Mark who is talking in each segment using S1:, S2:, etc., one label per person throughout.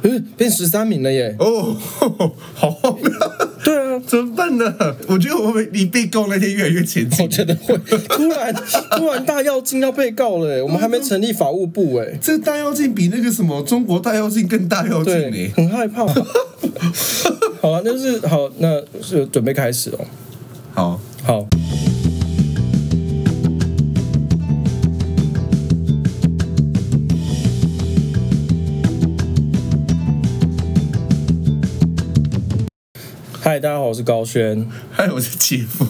S1: 嗯，变十三名了耶！
S2: 哦，好荒谬，
S1: 对啊，
S2: 怎么办呢？我觉得我们离被告那天越来越前
S1: 我
S2: 进。
S1: 觉得哦会突然突然大跃进要被告了耶，我们还没成立法务部哎，
S2: 这大妖精比那个什么中国大妖精更大妖精呢、
S1: 对，很害怕。 好啊，那就是好，那是准备开始哦。
S2: 好，
S1: 好，嗨，大家好，我是高轩。
S2: 还有我是姐夫，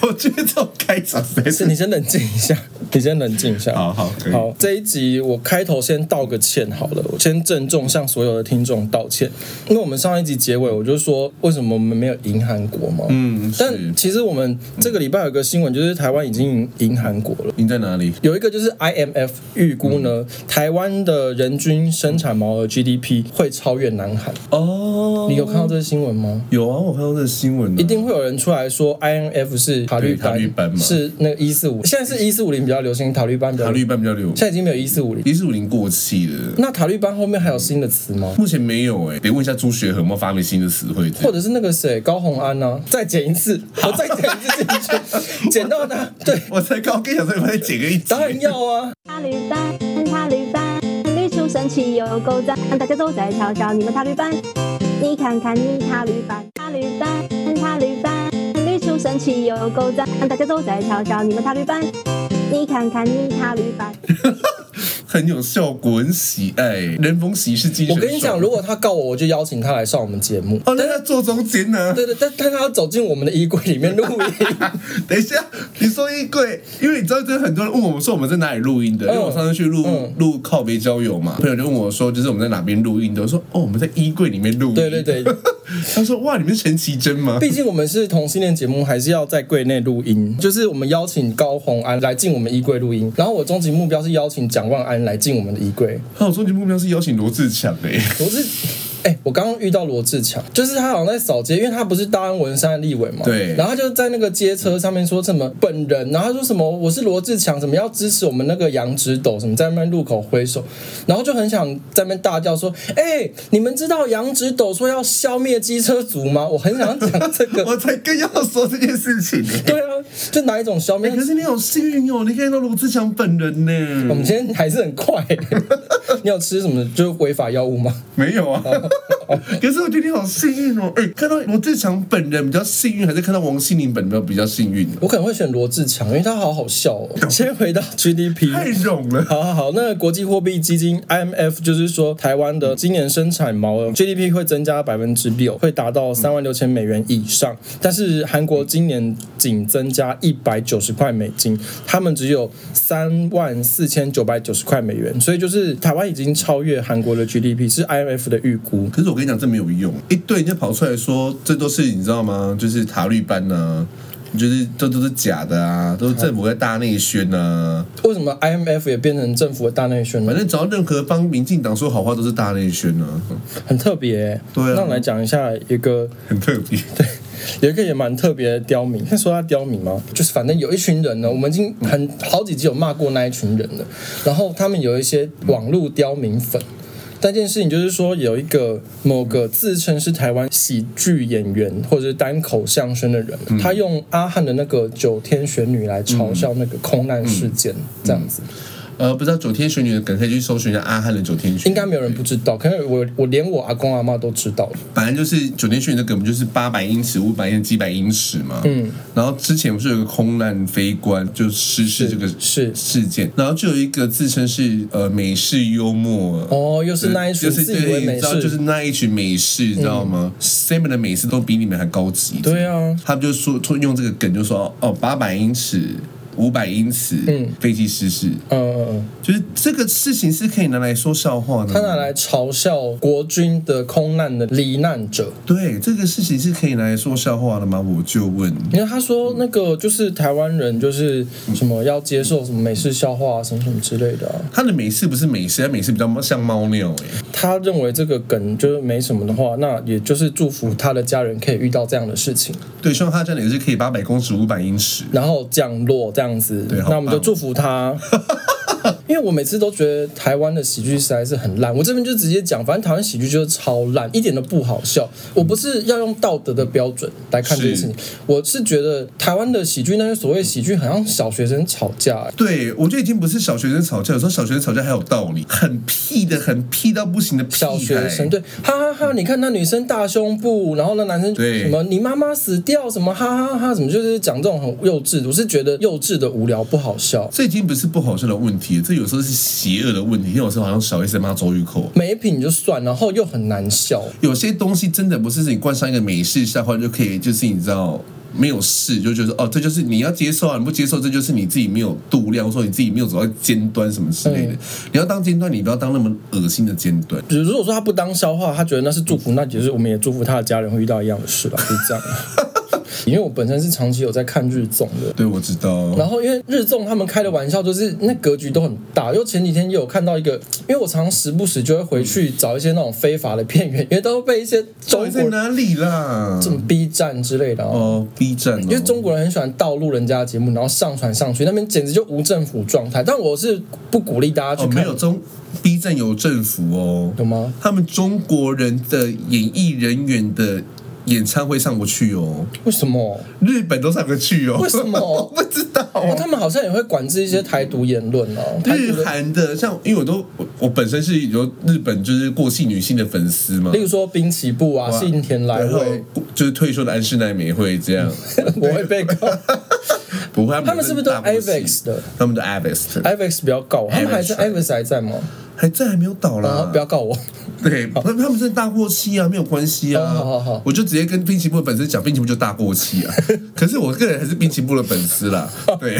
S2: 我觉得这种开场实在
S1: 是
S2: 是
S1: 你先冷静一下，你先冷静一下。
S2: 好好可以
S1: 好，这一集我开头先道个歉好了，我先郑重向所有的听众道歉，因为我们上一集结尾我就说为什么我们没有赢韩国嘛，
S2: 嗯是
S1: 但其实我们这个礼拜有个新闻，就是台湾已经赢赢韩国了。
S2: 赢在哪里？
S1: 有一个就是 IMF 预估
S2: 嗯
S1: 呢，台湾的人均生产毛额 GDP 会超越南韩。
S2: 哦，
S1: 你有看到这个新闻吗？
S2: 有啊，我看到这个新闻、啊，
S1: 一定会有人出来说 IMF 是塔利
S2: 对塔利班
S1: 班，
S2: 嘛
S1: 是那个一四五，现在是一四五零比较流行，塔利班比较
S2: 法
S1: 流行
S2: 律办比较流，
S1: 现在已经没有一四五零。
S2: 一四五零过气了，
S1: 那塔利班后面还有新的词吗？
S2: 目前没有哎、得问一下朱学恒有没有发明新的词汇之类的？
S1: 或者是那个谁高红安呢、啊？再剪一次，我再剪一次进去，剪到他。对，
S2: 我才刚跟你讲，所以我再剪个一集
S1: 当然要啊。
S3: 塔绿班，塔绿班，绿树神奇又够赞，大家都在嘲笑你们塔绿班。你看看你塔绿班，塔绿班，塔绿班，绿树神奇又够赞，大家都在嘲笑你们塔绿班。你看看你塔绿班。
S2: 很有效果，很喜爱，人逢喜事精神
S1: 我
S2: 爽。
S1: 跟你讲，如果他告我，我就邀请他来上我们节目。
S2: 哦，那他坐中间呢？
S1: 对对，但但他要走进我们的衣柜里面录音。
S2: 等一下，你说衣柜，因为你知道，就是很多人问我们说我们在哪里录
S1: 嗯
S2: 音的，因为我上次去录录靠北交友嘛，朋友就问我说，就是我们在哪边录音的，我说哦，我们在衣柜里面录音。
S1: 对对，对，
S2: 他说哇，你们是陈绮贞吗？
S1: 毕竟我们是同性恋节目，还是要在柜内录音。就是我们邀请高红安来进我们衣柜录音，然后我终极目标是邀请蒋万安来进我们的衣柜。
S2: 他有终极目标是邀请罗志强欸 诶、
S1: 罗志，哎、我刚刚遇到罗志强，就是他好像在扫街，因为他不是大安文山的立委嘛，
S2: 对
S1: 然后他就在那个街车上面说什么本人，然后他说什么我是罗志强，什么要支持我们那个杨直斗，什么在那边路口挥手，然后就很想在那边大叫说，哎、你们知道杨直斗说要消灭机车族吗？我很想讲这 个，
S2: 我才更要说这件事情、欸。
S1: 对啊，就哪一种消灭？
S2: 哎可是你好幸运哦，你可以看到罗志祥本人呢、
S1: 我们今天还是很快、 你有吃什么就是违法药物吗？
S2: 没 有啊，可是我觉得你好幸运哦！哎、看到罗志祥本人比较幸运，还是看到王心凌本人比较幸运？
S1: 我可能会选罗志强，因为他好好笑哦。先回到 GDP。
S2: 太勇了！
S1: 好好好，那国际货币基金 IMF 就是说，台湾的今年生产毛额 GDP 会增加百分之六，会达到三万六千美元以上。但是韩国今年仅增加一百九十块美金，他们只有三万四千九百九十块美元，所以就是台湾已经超越韩国的 GDP，是 IMF 的预估。
S2: 可是我跟你讲，这没有用。一堆人家跑出来说，这都是你知道吗？就是塔利班呐、啊，就是这都是假的啊，都是政府在大内宣呐、啊。
S1: 为什么 IMF 也变成政府的大内宣呢
S2: 反？正只要任何帮民进党说好话，都是大内宣呐、啊，
S1: 很特别欸、
S2: 对啊
S1: 那我们来讲一下一个
S2: 很特别。
S1: 有一个也蛮特别的刁民，可以说他刁民吗？就是反正有一群人呢，我们已经很好几集有骂过那一群人了。然后他们有一些网络刁民粉。但这件事情就是说，有一个某个自称是台湾喜剧演员或者是单口相声的人，他用阿汉的那个九天玄女来嘲笑那个空难事件，这样子
S2: 呃，不知道九天玄女的梗，可以去搜寻一下阿汉的九天玄。
S1: 应该没有人不知道，可能我我连我阿公阿妈都知道了。
S2: 反正就是酒店训的梗，就是八百英尺、五百英尺、几百英尺嘛。嗯，然后之前不是有个空难飞官就失事这个
S1: 是是
S2: 事件，然后就有一个自称是呃美式幽默。啊
S1: 哦，又是那一群
S2: 就是
S1: 自以为
S2: 对，你
S1: 美
S2: 知道，
S1: 式，嗯
S2: 就是那一群美式，你知道吗？Seven 的美式都比你们还高级。
S1: 对啊，
S2: 他们就说，就用这个梗就说，哦，八百英尺、五百英尺，
S1: 嗯
S2: 飞机失事，
S1: 嗯嗯嗯。
S2: 就是这个事情是可以拿来说笑话的。
S1: 他拿来嘲笑国军的空难的罹难者，
S2: 对这个事情是可以拿来说笑话的吗？我就问。
S1: 因为他说那个就是台湾人就是什么要接受什么美式笑话啊，什么什么之类的啊、
S2: 他的美式不是美式，他美式比较像猫尿哎、
S1: 他认为这个梗就是没什么的话，那也就是祝福他的家人可以遇到这样的事情，
S2: 对，希望他这里是可以八百公尺、五百英尺。
S1: 然后降落这样子
S2: 对。好
S1: 那我们就
S2: 棒
S1: 祝福他。因为我每次都觉得台湾的喜剧实在是很烂，我这边就直接讲，反正台湾喜剧就是超烂，一点都不好笑。我不是要用道德的标准来看这件事情，我是觉得台湾的喜剧，那些所谓喜剧，好像小学生吵架、欸
S2: 对，我觉得已经不是小学生吵架，有时候小学生吵架还有道理，很屁的，很屁到不行的屁孩
S1: 小学生，对，哈哈哈！你看那女生大胸部，然后那男生
S2: 对
S1: 什么你妈妈死掉什么哈哈哈，什么就是讲这种很幼稚的，我是觉得幼稚的无聊不好笑。
S2: 这已经不是不好笑的问题，这有时候是邪恶的问题。因为有时候好像小 S 在骂周玉蔻，
S1: 没品就算，然后又很难笑，
S2: 有些东西真的不是你冠上一个美式笑话就可以，就是你知道。没有事就觉得哦，这就是你要接受啊，你不接受，这就是你自己没有度量，说你自己没有走到尖端什么之类的。
S1: 嗯
S2: 你要当尖端，你不要当那么恶心的尖端。
S1: 比如如果说他不当笑话，他觉得那是祝福，那就是我们也祝福他的家人会遇到一样的事吧，就是 这样。因为我本身是长期有在看日综的，
S2: 对，我知道。
S1: 然后因为日综他们开的玩笑就是那格局都很大，因为前几天也有看到一个，因为我常时不时就会回去找一些那种非法的片源，因为都被一些
S2: 到
S1: 中国
S2: 底在
S1: 人
S2: 哪里啦？
S1: 什么 B 站之类的、哦。
S2: 哦，B 站、哦，
S1: 因为中国人很喜欢盗录人家的节目，然后上传上去，那边简直就无政府状态。但我是不鼓励大家
S2: 哦
S1: 去
S2: 没
S1: 看，
S2: 有中 B 站有政府哦，
S1: 有吗？
S2: 他们中国人的演艺人员的演唱会上不去哦，
S1: 为什么？
S2: 日本都上不去哦，
S1: 为什么
S2: 我 不知道
S1: 哦，
S2: 哦。
S1: 他们好像也会管制一些台独言论哦。台
S2: 嗯日
S1: 独的，
S2: 韩的像，因为我都我我本身是有日本就是过气女性的粉丝嘛
S1: 例，如说滨崎步啊、
S2: 哇
S1: 信田来
S2: 然后
S1: 未，
S2: 就是退休的安室奈美惠 这样，
S1: 我会被告。
S2: 不会，
S1: 他们是不是都
S2: 大过气
S1: Avex 的？
S2: 他们的 Avex 的
S1: IVX 不要告我，他们还是
S2: 啊
S1: IVX 还在吗？
S2: 还在还没有倒
S1: 啊
S2: 啦，，
S1: 不要告我。
S2: 对，他他们是大过期啊，没有关系啊。
S1: 哦好好好
S2: 我就直接跟滨崎步的粉丝讲，滨崎步就大过期啊。 可是我个人还是滨崎步的粉丝啦。对，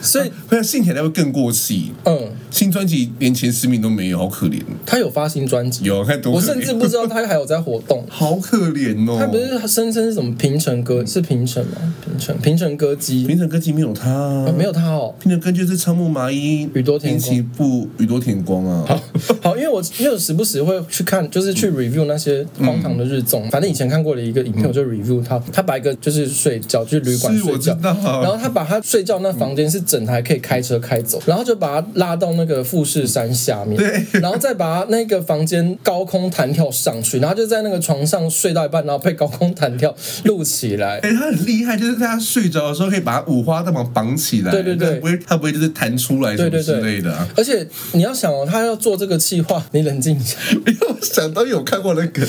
S1: 所 以，
S2: 那信铁那会更过气，
S1: 嗯，
S2: 新专辑连前十名都没有，好可怜。
S1: 他有发新专辑，
S2: 有哦看多可怜，。
S1: 我甚至不知道他还有在活动
S2: 好可怜哦。
S1: 他不是声称是什么平成歌，是平成吗？平成平成歌姬、
S2: 平成歌姬没有他啊
S1: 啊，没有。他哦。
S2: 平成歌姬就是仓木麻衣、
S1: 宇多田
S2: 滨
S1: 光
S2: 崎步、宇多田光啊。
S1: 好，因为我因为我时不时会去看，就是
S2: 嗯
S1: 去 review 那些荒唐的日综。反正以前看过的一个影片，我就 review 他，他把一个就是睡觉，去旅馆
S2: 是我
S1: 睡觉
S2: 知，道
S1: 然后他把他睡觉那房间是整台可以开车开走，然后就把他拉到那个富士山下面，
S2: 对
S1: 然后再把他那个房间高空弹跳上去，然后就在那个床上睡到一半，然后被高空弹跳录起来。
S2: 哎、他很厉害，就是在他睡着的时候可以把他五花大绑绑起来，
S1: 对对对
S2: 他不会他不会就是弹出来什
S1: 对
S2: 么
S1: 对
S2: 之
S1: 对，
S2: 类的、啊。
S1: 而且你要想哦，他要做这个企划，你冷静一下。
S2: 因为我想到有看过那个，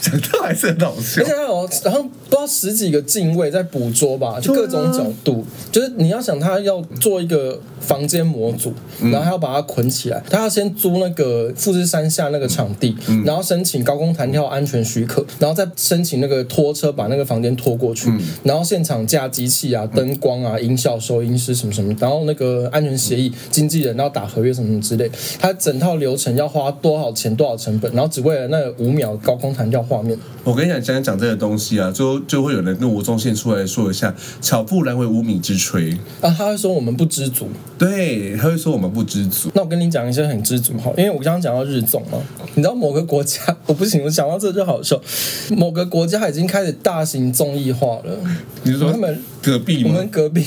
S2: 想到还是很好笑
S1: 而且。他有，然后不知道十几个镜位在捕捉吧，就各种角度。就是你要想，他要做一个房间模组，然后还要把它捆起来。他要先租那个富士山下那个场地，然后申请高空弹跳安全许可，然后再申请那个拖车把那个房间拖过去，然后现场架机器啊、灯光啊、音效、收音师什么什么，然后那个安全协议、经纪人要打合约什么什么之类。他整套流程要花多少钱、多少成本，然后只为了那五秒高空弹跳画面。
S2: 我跟你讲，讲讲这个东西啊，最后就会有人跟吴宗宪出来说一下“巧妇难为无米之炊
S1: 啊，他会说我们不知足。”，
S2: 对，他会说我们不知足。
S1: 那我跟你讲一些很知足好，因为我刚刚讲到日综嘛，你知道某个国家，我不行，我讲到这就好笑。某个国家已经开始大型综艺化了，
S2: 你是说
S1: 他们
S2: 隔壁
S1: 我
S2: 吗
S1: 们？隔壁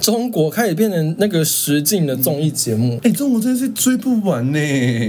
S1: 中国开始变成那个实境的综艺节目。
S2: 哎、中国真的是追不完呢、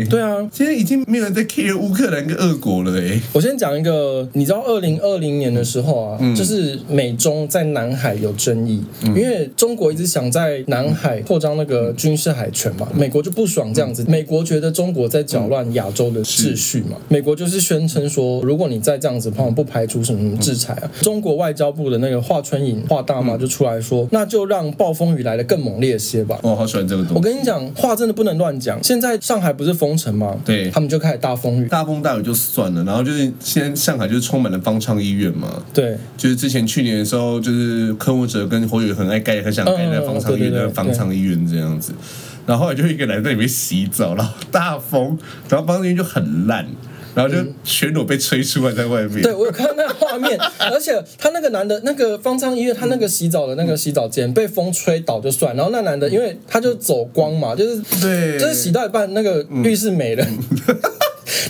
S1: 对啊，
S2: 现在已经没有人在 care 乌克兰跟俄国了哎、
S1: 我先讲一个，你知道二零二零年的时候啊，就是美中在南海有争议，因为中国一直想在南海扩张那个军事海权嘛，美国就不爽这样子，美国觉得中国在搅乱亚洲的秩序嘛，美国就是宣称说，如果你再这样子的话，我不排除什么什么制裁啊。中国外交部的那个华春莹华大妈就出来说，那就让暴风雨来得更猛烈些吧。
S2: 哦我好喜欢这个东
S1: 我
S2: 西。
S1: 跟你讲，话真的不能乱讲。现在上海不是封城吗？
S2: 对
S1: 他们就开始大风雨。
S2: 大风大雨就算了，然后就是现在上海就是充满了方舱医院嘛，
S1: 对，
S2: 就是之前去年的时候，就是柯文哲跟侯友宜很爱盖，很想盖那个方舱医
S1: 嗯对
S2: 院，
S1: 对
S2: 那
S1: 对
S2: 个方舱医院这样子。然后后来就一个男在里面洗澡，然后大风，然后方舱医院就很烂，然后就全裸被吹出来在外面。
S1: 对，我有看到那个画 面，而且他那个男的，那个方舱医院，他那个洗澡的那个洗澡间被风吹倒就算，然后那男的因为他就走光嘛，就是
S2: 嗯对 嗯
S1: 就是洗到一半那个浴室没了，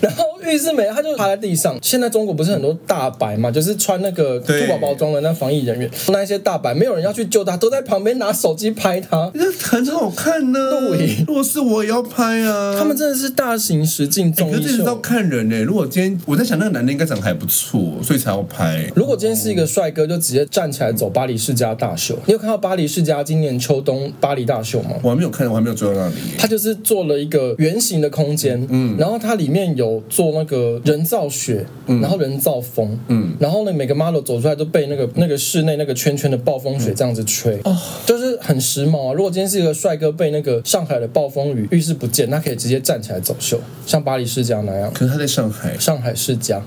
S1: 然后预制美，他就趴在地上。现在中国不是很多大白嘛，就是穿那个兔
S2: 对
S1: 宝宝装的那防疫人员，那一些大白，没有人要去救他，都在旁边拿手机拍他。
S2: 那很好看呢、
S1: 对
S2: 如果是我也要拍啊。
S1: 他们真的是大型实境综
S2: 哎可是
S1: 艺
S2: 这是要
S1: 秀。
S2: 看人呢、如果今天我在想那个男的应该长得还不错，所以才要拍。
S1: 如果今天是一个帅哥，就直接站起来走巴黎世家大秀。你有看到巴黎世家今年秋冬巴黎大秀吗？
S2: 我还没有看，我还没有追到那里、
S1: 它就是做了一个圆形的空间，嗯，然后它里面有做那个人造雪，然后人造风，嗯，然后呢，每个 model 走出来都被那个那个室内那个圈圈的暴风雪这样子吹，哦，就是很时髦啊。如果今天是一个帅哥被那个上海的暴风雨遇事不见，他可以直接站起来走秀，像巴黎世家那样，
S2: 可是他在上海，
S1: 上海世家，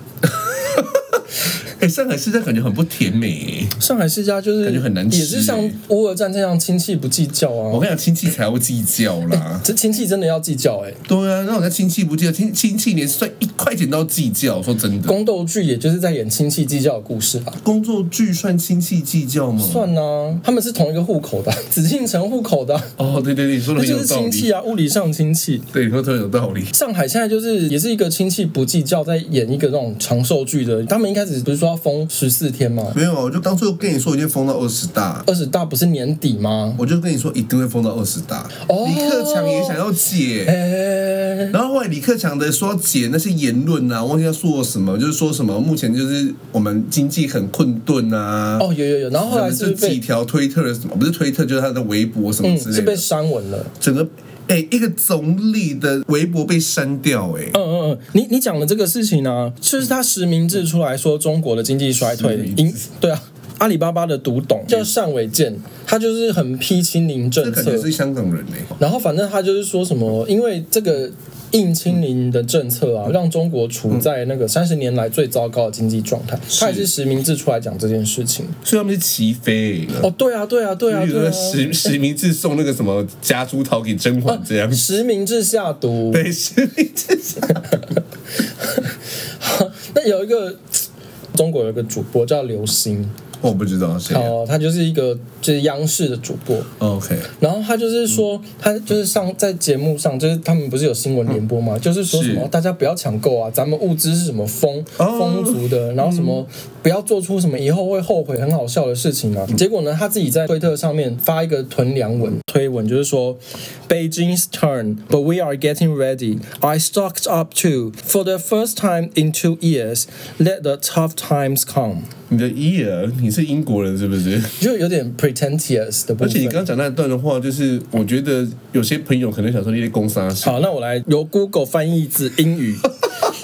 S2: 哎、上海现在感觉很不甜美、欸
S1: 上海世家就是
S2: 感觉很难吃欸哦
S1: 也是像乌尔战这样亲戚不计较啊，
S2: 我跟你讲，亲戚才会计较啦。
S1: 这亲戚真的要计较哎、
S2: 对啊，那我在亲戚不计较，亲亲戚连算一块钱都要计较。说真的，
S1: 宫斗剧也就是在演亲戚计较的故事吧。
S2: 工作剧算亲戚计较吗？。
S1: 算啊，他们是同一个户口的啊， 紫禁城户口的啊，
S2: 哦，对对对，你说的
S1: 那
S2: 很
S1: 就
S2: 有
S1: 是
S2: 道
S1: 亲戚
S2: 理。
S1: 啊，物理上亲戚。
S2: 对，你说的很有道理。
S1: 上海现在就是也是一个亲戚不计较，在演一个那种长寿剧的。他们一开始不是说要封十四天吗？
S2: 没有，啊我就当初跟你说已经封到二十大，
S1: 二十大不是年底吗？
S2: 我就跟你说一定会封到二十大。
S1: 哦
S2: 李克强也想要解。
S1: 哎，
S2: 然后后来李克强的说要解那些言论啊，我忘记他说了什么，就是说什么目前就是我们经济很困顿啊，
S1: 哦，有有有，然后后来
S2: 什
S1: 是
S2: 么
S1: 不
S2: 这
S1: 是
S2: 几
S1: 被
S2: 条推特的什么，不是推特就是他的微博什么
S1: 嗯
S2: 之
S1: 是
S2: 类
S1: 被
S2: 的，
S1: 删文了。
S2: 整个哎、一个总理的微博被删掉哎、
S1: 嗯嗯嗯，你你讲的这个事情呢、啊，就是他实名制出来说中国的经济衰退
S2: 实名制嗯
S1: 影对啊。阿里巴巴的独董叫单伟建，他就是很批清零
S2: 这
S1: 政
S2: 感
S1: 策哦
S2: 觉，是香港人哎、
S1: 然后反正他就是说什么，因为这个硬清零的政策
S2: 嗯
S1: 啊，让中国处在那个三十年来最糟糕的经济状态。他也是实名制出来讲这件事情。
S2: 所以他们是齐飞、
S1: 哦，对啊，对啊，对啊，
S2: 比如
S1: 对
S2: 说
S1: 啊。
S2: 实实名制送那个什么夹竹桃给 甄嬛这样，
S1: 实名制下毒。
S2: 对，实名制是
S1: 那有一个中国有一个主播叫刘星，
S2: 我不知道谁啊、
S1: 哦、他就是一个就是央视的主播，
S2: OK，
S1: 然后他就是说，他就是上在节目上，就是他们不是有新闻联播嘛，嗯就是说什么
S2: 是
S1: 大家不要抢购啊，咱们物资是什么丰
S2: 哦
S1: 丰足的，然后什么不要做出什么以后会后悔很好笑的事情啊。结果呢，他自己在推特上面发一个囤粮文推文，就是说 Beijing's turn, but we are getting ready. I stocked up too for the first time in two years. Let the tough times come，
S2: 你的 ear，你是英国人是 不是？
S1: 就有点 pretentious 的部
S2: 而
S1: 分。
S2: 且你刚刚讲那段的话，就是我觉得有些朋友可能想说那些攻杀小，
S1: 好，那我来由 Google 翻译自英语。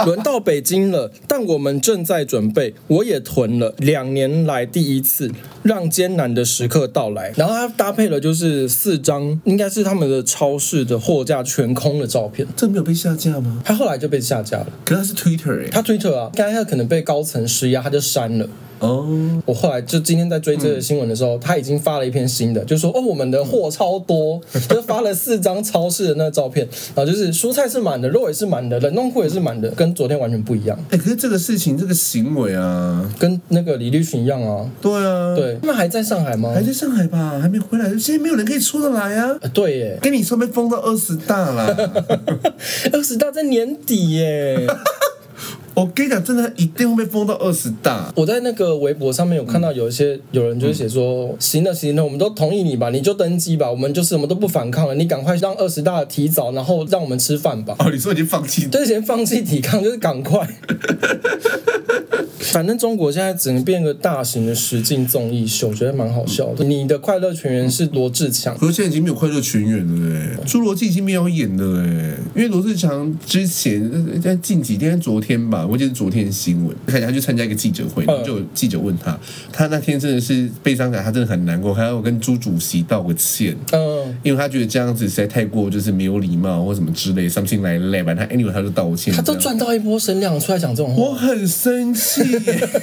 S1: 轮到北京了，但我们正在准备，我也囤了，两年来第一次，让艰难的时刻到来。然后它搭配了就是四张，应该是他们的超市的货架全空的照片。
S2: 这没有被下架吗？
S1: 它后来就被下架了。
S2: 可是他是 Twitter 哎、
S1: 它 Twitter 啊，刚才它可能被高层施压，它就删了。
S2: 哦，
S1: 我后来就今天在追这个新闻的时候，他已经发了一篇新
S2: 嗯
S1: 的，就说哦，我们的货超多， 就发了四张超市的那个照片，然后就是蔬菜是满的，肉也是满的，冷冻库也是满的，跟昨天完全不一样，
S2: 哎、可是这个事情这个行为啊，
S1: 跟那个李立群一样啊。
S2: 对啊，，
S1: 对，他们还在上海吗？
S2: 还在上海吧，还没回来，现在没有人可以出得来啊。
S1: 呃对耶，
S2: 跟你说被封到二十大 啦，
S1: 二十大在年底 耶。
S2: 我跟你讲，真的一定会被封到二十大。
S1: 我在那个微博上面有看到有一些有人就是写说，行了行了，我们都同意你吧，你就登机吧，我们就是我们都不反抗了，你赶快让二十大提早，然后让我们吃饭吧。
S2: 哦，你说已经放弃
S1: 就是先放弃抵抗， 就是赶快。反正中国现在整个变个大型的实境综艺秀，我觉得蛮好笑的。你的快乐全员是罗志祥，
S2: 可是现在已经没有快乐全员了哎、侏罗纪已经没有演了哎、因为罗志祥之前在近几天，昨天吧，我记得是昨天的新闻，看起来他去参加一个记者会，然后就有记者问他，他那天真的是被伤感，他真的很难过，还要跟朱主席道个歉。
S1: 嗯，
S2: 因为他觉得这样子实在太过就是没有礼貌或什么之类，something like that，反正他 anyway 他就道歉。
S1: 他都
S2: 这样
S1: 赚到一波声量，出来讲这种
S2: 我
S1: 话。
S2: 很生气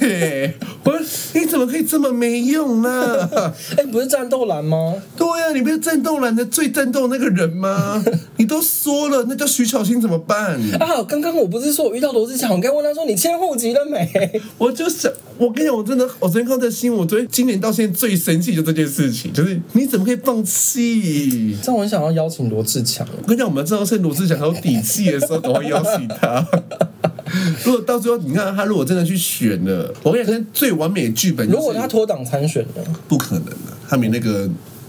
S2: 耶！我你怎么可以这么没用呢、
S1: 哎、不是战斗蓝吗？
S2: 对啊，你不是战斗蓝的最战斗那个人吗？你都说了，那叫徐巧芯怎么办？
S1: 啊，刚刚我不是说我遇到罗志祥，我该问他说你签户籍了没？
S2: 我就想，我跟你讲，我真的，我昨天看到这新闻，我昨天今年到现在最生气就这件事情，就是你怎么可以放弃？
S1: 这样我很想要邀请罗志祥。
S2: 我跟你讲，我们知道是罗志祥还有底气的时候，赶快邀请他。如果到最后你看他如果真的去选了，我跟你讲，最完美的剧本、就是，
S1: 如果他脱党参选的，
S2: 不可能的，他没那个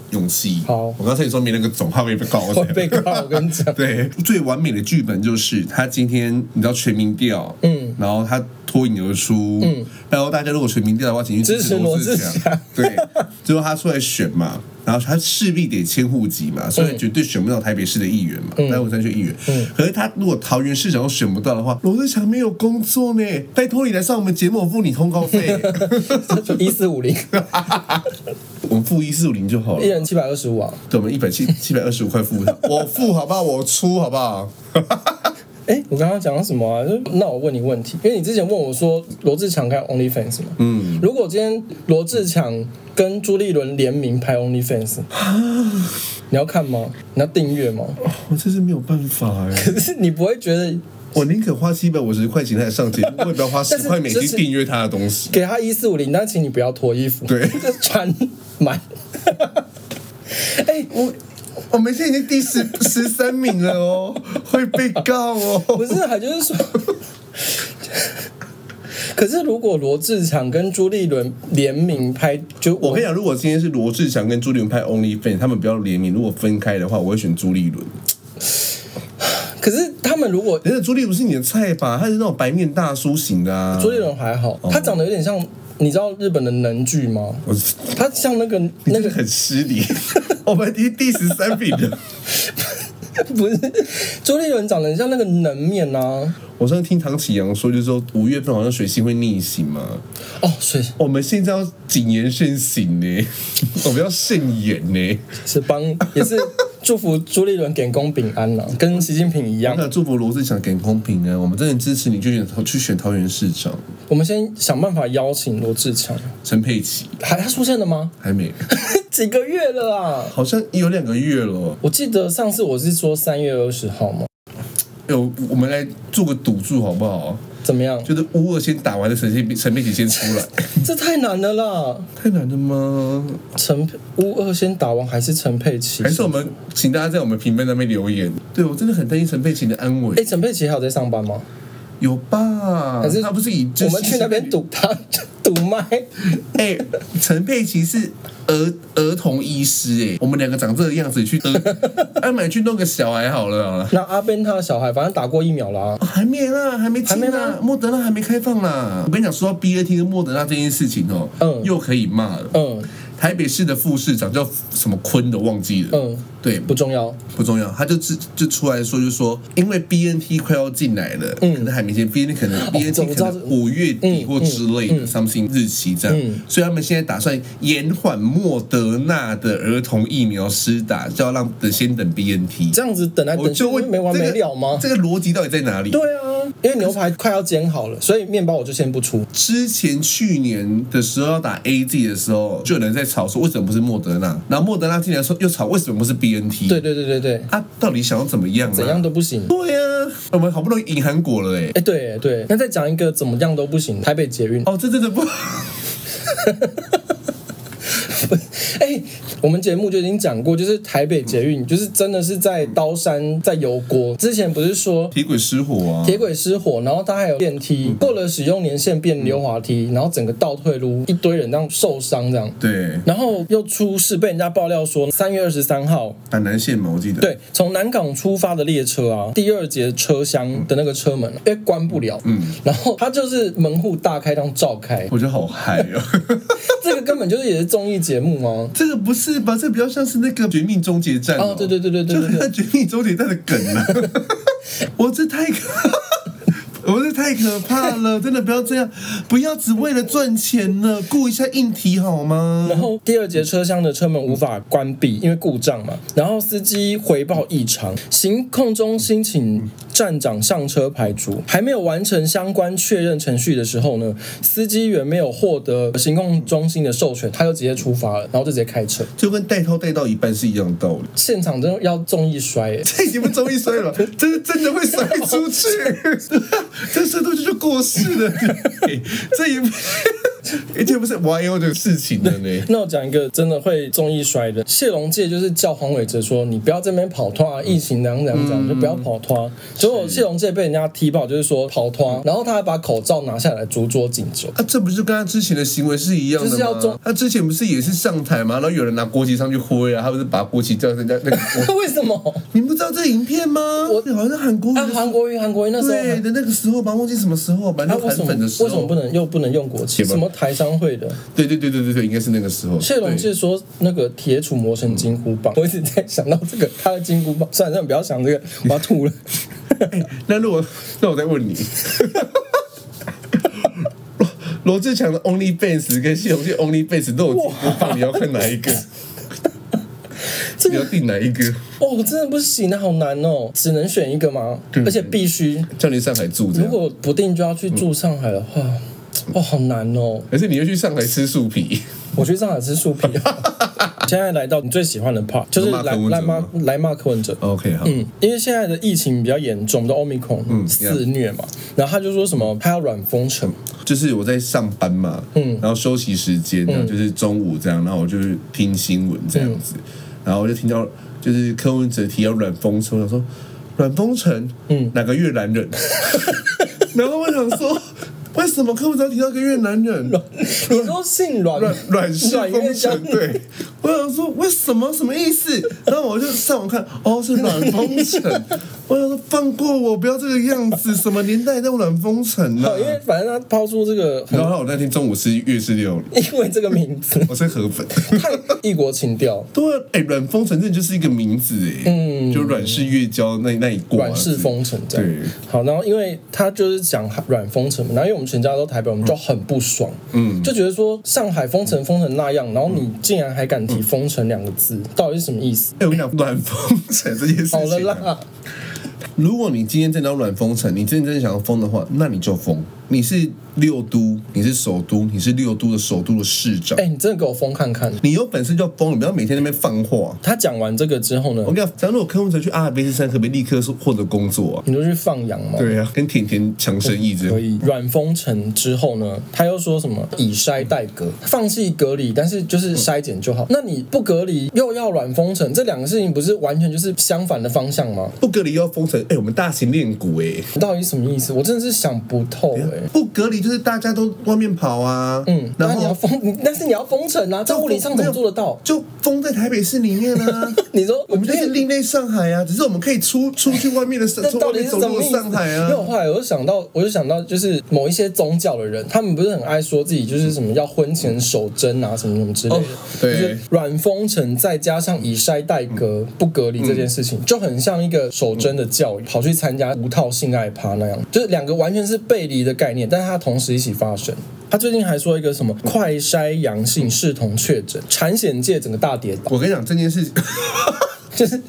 S2: 勇气。
S1: 好
S2: 我刚才也说没那个总，怕被被告。，
S1: 会被告。我跟你讲
S2: 对，最完美的剧本就是他今天你知道全民调，
S1: 嗯，
S2: 然后他脱颖而出，嗯，然后大家如果全民调的话，请去
S1: 支持罗
S2: 志
S1: 志
S2: 祥
S1: 祥，
S2: 对，最后他出来选嘛。然后他势必得迁户籍
S1: 嗯
S2: 嘛，虽然绝对选不到台北市的议员嘛，台北山选议员。可是他如果桃园市长都选不到的话，罗志祥没有工作呢。拜托你来上我们节目，我付你通 告费，
S1: 一四五零，
S2: 我们付一四五零就好了
S1: 一。人七百二十五啊。
S2: 对，我们一百 七七百二十五块付，我付好不好？我出好不好？
S1: 哎，我刚刚讲到什么啊？就那我问你问题，因为你之前问我说罗志强开 OnlyFans 嘛，嗯，如果今天罗志强跟朱立伦联名拍 OnlyFans，你
S2: 啊
S1: 要看吗？你要订阅吗？
S2: 我真是没有办法哎、
S1: 可是你不会觉得
S2: 我宁可花七百五十块钱来上节目，我也不要 花十块美金
S1: 但是
S2: 订阅他的东西。
S1: 给他一四五零，但请你不要脱衣服，
S2: 对
S1: 就穿满。哎、
S2: 我我们现在已经第十十三名了哦， 会被告
S1: 不
S2: 哦。
S1: 是啊，就是说，可是如果罗志祥跟朱立伦联名拍，就
S2: 我跟你讲，如果今天是罗志祥跟朱立伦拍 Only Fan，他们不要联名，如果分开的话，我会选朱立伦。
S1: 可是他们如果
S2: 但是朱立伦是你的菜吧？他是那种白面大叔型的啊。
S1: 朱立，伦还好，他长得有点像，你知道日本的能剧吗？
S2: 我
S1: 他像那个那
S2: 那
S1: 个
S2: 个很失 礼。我们已经第十三名了。
S1: 不是朱立伦长得很像那个能面啊，
S2: 我上次听唐启阳说，就是说五月份好像水星会逆行嘛，
S1: 哦，所以
S2: 我们现在要谨言慎行呢， 我们要慎言呢。
S1: 是帮也是祝福朱立伦点公平 安啦、啊跟习近平一样。
S2: 那祝福罗志祥给公平啊！我们真的支持你去选去选桃园市长
S1: 我们先想办法邀请罗志强，
S2: 陈佩琪，
S1: 还他出现了吗？
S2: 还没，
S1: 几个月了啊！
S2: 好像有两个月了。
S1: 我记得上次我是说三月二十号嘛，
S2: 有哎我们来做个赌注好不好？
S1: 怎么样？
S2: 就是乌二先打完的陈佩陈佩琪先出 来，
S1: 这太难了啦！
S2: 太难了吗？
S1: 陈佩乌二先打完还是陈佩琪？
S2: 还是我们请大家在我们评论那边留言。对我真的很担心陈佩琪的安
S1: 哎，
S2: 危，
S1: 陈佩琪还有在上班吗？
S2: 有吧？
S1: 还是
S2: 他不是以就
S1: 我
S2: 是
S1: 们去那边赌他 赌麦？
S2: 哎，陈佩琪是儿儿童医师哎、我们两个长这个样子去，安买去弄个小孩好了好了。
S1: 那阿边他的小孩反正打过疫苗啊啦、
S2: 哦还没啦，还没进
S1: 还没
S2: 啦
S1: 吗，
S2: 莫德纳还没开放啦。我跟你讲，说到 B A T 跟莫德纳这件事情哦，
S1: 嗯
S2: 又可以骂了。
S1: 嗯，
S2: 台北市的副市长叫什么坤的，忘记了。
S1: 嗯，
S2: 对，
S1: 不
S2: 不
S1: 重要。
S2: 不重要，他就自就出来说，就说因为 B N T 快要进来了，可能还没进，B N 可能 B N
S1: 这嗯
S2: T
S1: 哦我知
S2: 可
S1: 道
S2: 能五月底或之类的 something 日期这样
S1: 嗯，
S2: 所以他们现在打算延缓莫德纳的儿童疫苗施打，就要让等先等 B N T。
S1: 这样子等来
S2: 我
S1: 等去
S2: 就问
S1: 没完没
S2: 这个
S1: 了吗？
S2: 这个逻辑到底在哪里？
S1: 对啊，因为牛排快要煎好了，所以面包我就先不出。
S2: 之前去年的时候要打 A Z 的时候，就有人在吵说为什么不是莫德纳，然后莫德纳进来说又吵为什么不是 B N T？
S1: 对，对对对对，
S2: 啊，到底想要怎么样、啊？
S1: 怎样？都不行。
S2: 对啊，我们好不容易赢韩国了哎、
S1: 哎，对对，那再讲一个怎么样都不行，台北捷运。
S2: 哦，这真的不，
S1: 哎、我们节目就已经讲过，就是台北捷运，就是真的是在刀山在油锅。之前不是说
S2: 铁轨失火啊，
S1: 铁轨失火，然后它还有电梯过了使用年限变溜滑梯，然后整个倒退路一堆人这样受伤这样。
S2: 对，
S1: 然后又出事，被人家爆料说三月二十三号，
S2: 板南线嘛，我记得，，
S1: 对，从南港出发的列车啊，第二节车厢的那个车门，啊因为关不了，嗯，然后它就是门户大开，当照开，
S2: 我觉得好嗨哦，
S1: 这个根本就是也是综艺节目吗？
S2: 这个不是吧？这比较像是那个《绝命终结战》
S1: 哦对对对对对
S2: 就
S1: 对
S2: 很像《绝命终结战》的梗 啊，我这太可。 我这太可怕了，真的不要这样，不要只为了赚钱了，顾一下硬体好吗？
S1: 然后第二节车厢的车门无法关闭，因为故障嘛。然后司机回报异常，行控中心请站长上车排除。还没有完成相关确认程序的时候呢，司机员没有获得行控中心的授权，他就直接出发了，然后就直接开车。
S2: 就跟带套带到一半是一样的道理。
S1: 现场真的要重一摔、欸，
S2: 这已经不中意摔 了，这是真的会摔 出去，这摔出去就过世了，这也不。 哎，这不是 YO 的事情了呢。
S1: 那我讲一个真的会综艺摔的，谢龙介就是叫黄伟哲说：“你不要这边跑脱啊，疫情怎样怎样怎样，就不要跑脱啊。”结果谢龙介被人家踢爆，就是说跑脱
S2: 嗯
S1: 啊，然后他还把口罩拿下来逐桌敬酒。
S2: 啊，这不是跟他之前的行为是一样
S1: 就
S2: 的
S1: 是要
S2: 吗
S1: 中？。
S2: 他之前不是也是上台吗？然后有人拿国旗上去挥啊，他不是把国旗叫人家那个国
S1: 为什么？
S2: 你不知道这影片吗？我好像是韩国
S1: 啊，
S2: 人
S1: 韩国瑜，韩国瑜那时候
S2: 对
S1: 还。
S2: 的那个时候吧，忘记什么时候吧，
S1: 啊
S2: 那，个
S1: 为
S2: 韩
S1: 什么
S2: 粉
S1: 为
S2: 的时候。
S1: 什么不能又不能用国旗？
S2: 什么
S1: 什么台商会的？
S2: 对对对对对对，应该是那个时候。
S1: 谢龙
S2: 对
S1: 是说那个铁杵磨成金箍棒，我一直在想到这个他的金箍棒。算了算了，不要想这个，我要吐 了。
S2: 那如果那我再问你， 罗罗志强的 Only Fans 跟谢宏杰 Only Fans 都有金箍棒，你要看哪一个？
S1: 这
S2: 你要
S1: 个
S2: 定哪一个？
S1: 哦，真的不行，那好难哦，只能选一个吗？
S2: 对
S1: 而且必须，
S2: 叫你上海住这
S1: 如
S2: 样，
S1: 果不定就要去住上海的话，
S2: 嗯
S1: 哦，好难哦。
S2: 还是你要去上海吃树 皮？
S1: 我去上海吃树皮。啊 现在来到你最喜欢的 part，就是
S2: 嗯骂柯
S1: 来
S2: 文哲
S1: 来骂
S2: 吗
S1: 来骂柯文哲。
S2: OK，好，
S1: 嗯，因为现在的疫情比较严重，我们的 Omicron
S2: 嗯
S1: 肆虐嘛，然后他就说什么他要软封 城，
S2: 就是我在上班嘛，嗯，然后休息时间，然后就是中午这样，然后我就是听新闻这样子，然后我就听到就是柯文哲提到阮风城，我想说阮风城，嗯，哪个越南 人？然后我想说，为什么柯文哲提到一个越南人？
S1: 你说姓阮
S2: 阮阮氏
S1: 阮
S2: 风
S1: 月江
S2: 城，对，我想说为什么什么意思？然后我就上网看，哦，是阮风 城，我想说放过我，不要这个样子，什么年代叫阮风城呢、啊
S1: 哦因为反正他抛出这个很
S2: 然后我那天中午吃粤式料理，
S1: 因为这个名 字
S2: 我吃河粉。
S1: 太异国情调，
S2: 对啊，哎、阮风城镇就是一个名字哎，嗯，就阮氏月娇那那一啊挂，
S1: 软式封城这样
S2: 对。
S1: 好，然后因为他就是讲软封城嘛，然后因为我们全家都台北，我们就很不爽，嗯，就觉得说上海封城封成那样，然后你竟然还敢提封城两个字，
S2: 嗯
S1: 到底是什么意思？
S2: 哎、我跟你讲，阮风城这件事情、啊
S1: 好了，啦，
S2: 如果你今天真的要阮风城，你真的真的想要封的话，那你就封。你是六都，你是首都，你是六都的首都的市长，
S1: 哎、你真的给我封看看。
S2: 你有本事就封，你不要每天在那边放话。
S1: 他讲完这个之后呢
S2: 我，跟你讲，假如果柯文哲去阿尔卑斯山，可不可以立刻是获得工作啊？
S1: 你就去放羊嘛。
S2: 对啊，跟甜甜抢生意这
S1: 嗯可
S2: 样。
S1: 以软封城之后呢，他又说什么以筛代隔，放弃隔离，但是就是筛检就好。那你不隔离又要软封城，这两个事情不是完全就是相反的方向吗？
S2: 不隔离又要封城，哎、我们大型练骨哎、
S1: 到底什么意思？我真的是想不透哎、
S2: 不隔离就是大家都外面跑啊，
S1: 嗯，
S2: 然
S1: 那你要
S2: 后
S1: 封，你但是你要封城啊，在物理上怎么做得到？
S2: 就封在台北市里面 啊。
S1: 你说
S2: 我们就是另类上海啊，只是我们可以出出去外面 的上，
S1: 这
S2: 从外
S1: 到底
S2: 面
S1: 是
S2: 走
S1: 什么
S2: 路
S1: 意
S2: 的
S1: 思？
S2: 上海
S1: 因为我
S2: 啊。
S1: 后来我就想到，我就想到，就是某一些宗教的人，他们不是很爱说自己就是什么要婚前守贞啊，什么什么之类的。
S2: 哦对
S1: 就是软封城再加上以筛代隔、不隔离这件事
S2: 嗯
S1: 情，就很像一个守贞的教育，跑去参加无套性爱趴那样，就是两个完全是背离的概念，但是它同时一起发生。他最近还说一个什么快筛阳性视同确诊，产险界整个大跌倒，
S2: 我跟你讲，这件事情
S1: 就是